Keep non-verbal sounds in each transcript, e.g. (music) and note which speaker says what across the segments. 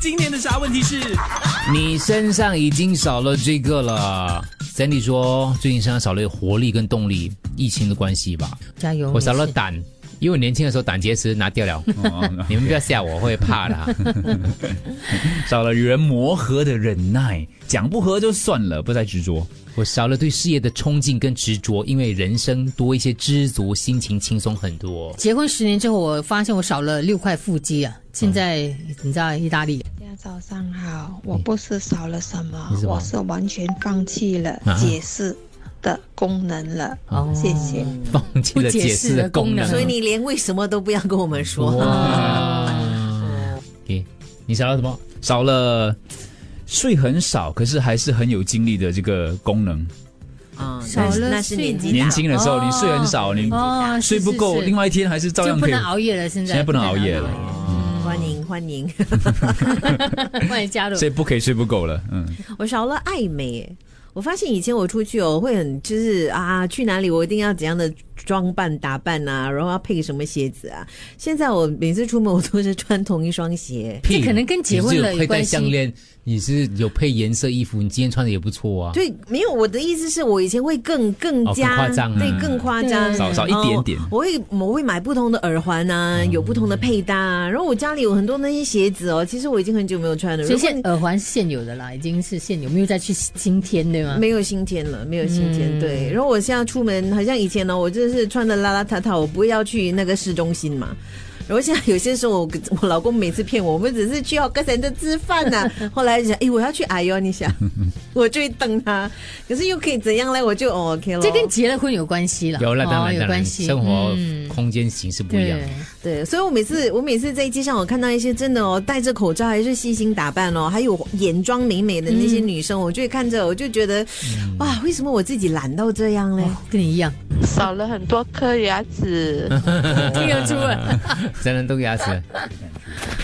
Speaker 1: 今年的啥问题是？
Speaker 2: 你身上已经少了这个了。Sandy 说，最近身上少了活力跟动力，疫情的关系吧。
Speaker 3: 加油！
Speaker 2: 我少了
Speaker 3: 没事
Speaker 2: 胆，因为我年轻的时候胆结石拿掉
Speaker 3: (laughs)
Speaker 2: 了。
Speaker 3: 哦
Speaker 2: 你们不要吓我，我会怕的啊。
Speaker 4: (laughs) 少了与人磨合的忍耐，讲不合就算了，不再执着。
Speaker 2: 我少了对事业的冲劲跟执着，因为人生多一些知足，心情轻松很多。
Speaker 3: 结婚十年之后，我发现我少了六块腹肌啊！现在、你知道意大利
Speaker 5: 大家早上好，我不是少了什么
Speaker 2: 你，是吗
Speaker 5: 我是完全放弃了解释的功能了。
Speaker 2: 啊
Speaker 3: 哦
Speaker 5: 谢谢。
Speaker 2: 放弃了解释的功
Speaker 4: 嗯
Speaker 2: 能。
Speaker 6: 所以你连为什么都不要跟我们说。
Speaker 2: 哇，给你想要什么？
Speaker 4: 少了睡很少，可是还是很有精力的这个功能。
Speaker 6: 嗯，
Speaker 3: 少
Speaker 6: 那
Speaker 3: 了
Speaker 6: 是那是年纪大
Speaker 4: 年轻的时候你睡很少，你
Speaker 3: 哦，
Speaker 4: 睡不够，另
Speaker 3: 外
Speaker 4: 外一天还是照
Speaker 3: 就
Speaker 4: 样
Speaker 3: 不
Speaker 4: 可以
Speaker 3: 能。熬夜了，现在
Speaker 4: 现在不能熬夜了，
Speaker 3: (laughs)
Speaker 6: 嗯欢迎欢迎， (laughs)
Speaker 3: 欢迎加入
Speaker 4: 嗯所。以不可以睡不够了。嗯，
Speaker 6: 我少了爱美。我发现以前我出去哦，会很就是啊，去哪里我一定要怎样的装扮打扮啊，然后要配什么鞋子啊。现在我每次出门我都是穿同一双鞋，
Speaker 2: 屁
Speaker 3: 可能跟结婚了
Speaker 2: 你是有
Speaker 3: 有
Speaker 2: 佩戴
Speaker 3: 关系
Speaker 2: 项链，你是有配颜色衣服，你今天穿的也不错啊。
Speaker 6: 对，没有我的意思是我以前会更更
Speaker 2: 哦更
Speaker 6: 加、
Speaker 2: 夸张啊
Speaker 6: 对，更夸张，
Speaker 4: 少少一点点
Speaker 6: 哦我会我会买不同的耳环啊，有不同的配搭、啊，然后我家里有很多那些鞋子哦，其实我已经很久没有穿了。
Speaker 3: 所以
Speaker 6: 如果
Speaker 3: 现
Speaker 6: 你
Speaker 3: 耳环是现有的啦，已经是现有，没有再去新添对吗？
Speaker 6: 没有新添了，没有新添。
Speaker 3: 嗯
Speaker 6: 对，然后我现在出门，好像以前呢，我就是穿的邋邋遢遢，我不会要去那个市中心嘛。然后现在有些时候我，我老公每次骗我，我们只是去好哥山的吃饭
Speaker 3: (laughs)
Speaker 6: 呐、后来想，哎，我要去哎呦，你想，我就会瞪他，可是又可以怎样呢？我就哦 OK 了。
Speaker 3: 这跟结了婚有关系了，
Speaker 2: 有了，当
Speaker 3: 哦
Speaker 2: 然
Speaker 3: 有
Speaker 2: 当
Speaker 3: 关
Speaker 2: 然，
Speaker 3: 系，
Speaker 2: 生活
Speaker 3: 嗯
Speaker 2: 空间形式不一样
Speaker 3: 对。。
Speaker 6: 对，所以我每次我每次在街上，我看到一些真的哦，戴着口罩还是细心打扮哦，还有眼妆美美的那些
Speaker 3: 嗯
Speaker 6: 女生，我就会看着，我就觉得，哇，为什么我自己懒到这样嘞？
Speaker 3: 哦，跟你一样，
Speaker 7: 少了很多颗牙齿。
Speaker 3: (laughs) 听得出来。
Speaker 2: 三人动
Speaker 4: (laughs)
Speaker 2: 牙齿，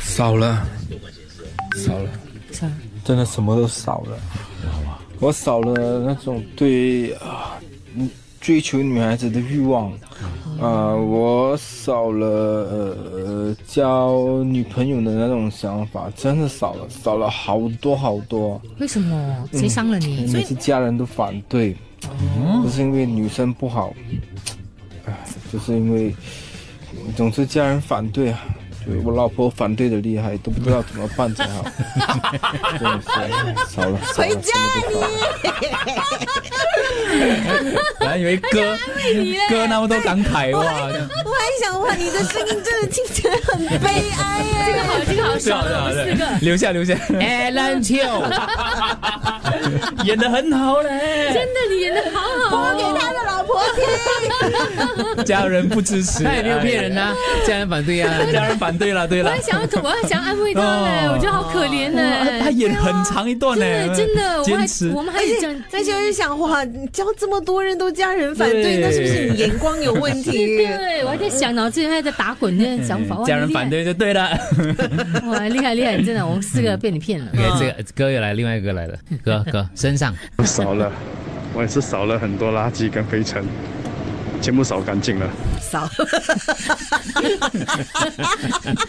Speaker 8: 少了，少了，真的什么都少了。我少了那种对啊，嗯追求女孩子的欲望，啊，我少了呃交女朋友的那种想法，真的少了，少了好多好多。
Speaker 3: 为什么？谁伤了你？
Speaker 8: 每次家人都反对，不是因为女生不好，唉，就是因为总是家人反对啊。对我老婆反对的厉害，都不知道怎么办才好。 (laughs) 真的是少了，少了什么都少了。
Speaker 4: 本来以为哥哥那么多感慨哇，
Speaker 6: 我还想哇，你的声音真的听起来很悲哀耶。这个好
Speaker 3: 这个好
Speaker 4: 对啊对啊对啊，留下留下，
Speaker 2: Alan Q，
Speaker 4: 演的很好嘞，
Speaker 3: 真的，你演的好啊好。
Speaker 6: 给他的老婆听，
Speaker 4: 家人不支持，
Speaker 2: 哎他也没有骗人呐，家人反对啊。
Speaker 4: 哎，家人反对了，对
Speaker 3: 我
Speaker 4: 了
Speaker 2: (laughs)
Speaker 3: 还，想要，我还想安慰他嘞，
Speaker 4: 哦
Speaker 3: 我觉得好可怜嘞。
Speaker 4: 他演很长一段
Speaker 3: 真
Speaker 4: 呢，
Speaker 3: 的真的，我
Speaker 4: 坚
Speaker 3: 还
Speaker 4: 持
Speaker 3: 我们还
Speaker 6: 而
Speaker 3: 是这
Speaker 6: 且
Speaker 3: 样，
Speaker 6: 而且我哎就想哇，你教这么多人都家人反对，
Speaker 4: 对
Speaker 6: 那是不是你眼光有问 (laughs) 题？
Speaker 3: 对，我还在想，脑子里还在打滚的
Speaker 4: (laughs)
Speaker 3: 想法。哇
Speaker 4: 家人反，对就对了，
Speaker 3: 你厉害哇，厉害厉害，真的，我们四个被你骗了。
Speaker 4: 嗯
Speaker 3: (laughs)
Speaker 4: 哦
Speaker 2: OK，这个哥又来，另外一个来了，哥
Speaker 4: (laughs)
Speaker 2: 哥身上
Speaker 9: 少了，我也是少了很多垃圾跟灰尘，全部扫干净了。
Speaker 6: 少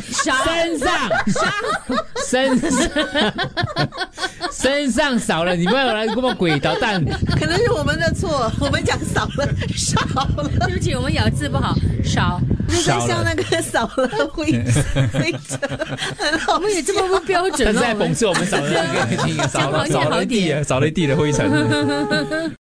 Speaker 2: 身上身上身上少了，你不要来这么鬼捣
Speaker 4: (laughs)
Speaker 2: 蛋。
Speaker 6: 可能是我们的错，我们讲少了，少了，
Speaker 3: 对不起，我们咬字不好，
Speaker 4: (laughs)
Speaker 3: 少。
Speaker 6: 就在
Speaker 4: 少了
Speaker 6: 像那个少了灰 (laughs) 灰尘，很好
Speaker 3: 我们也这么不标
Speaker 2: 他
Speaker 3: 准
Speaker 2: 是
Speaker 3: 哦。
Speaker 4: (laughs)
Speaker 2: 在讽刺我们少了 (laughs)
Speaker 4: 少
Speaker 2: 少
Speaker 4: 了
Speaker 2: 了
Speaker 4: 少了一地，少了一地的灰尘。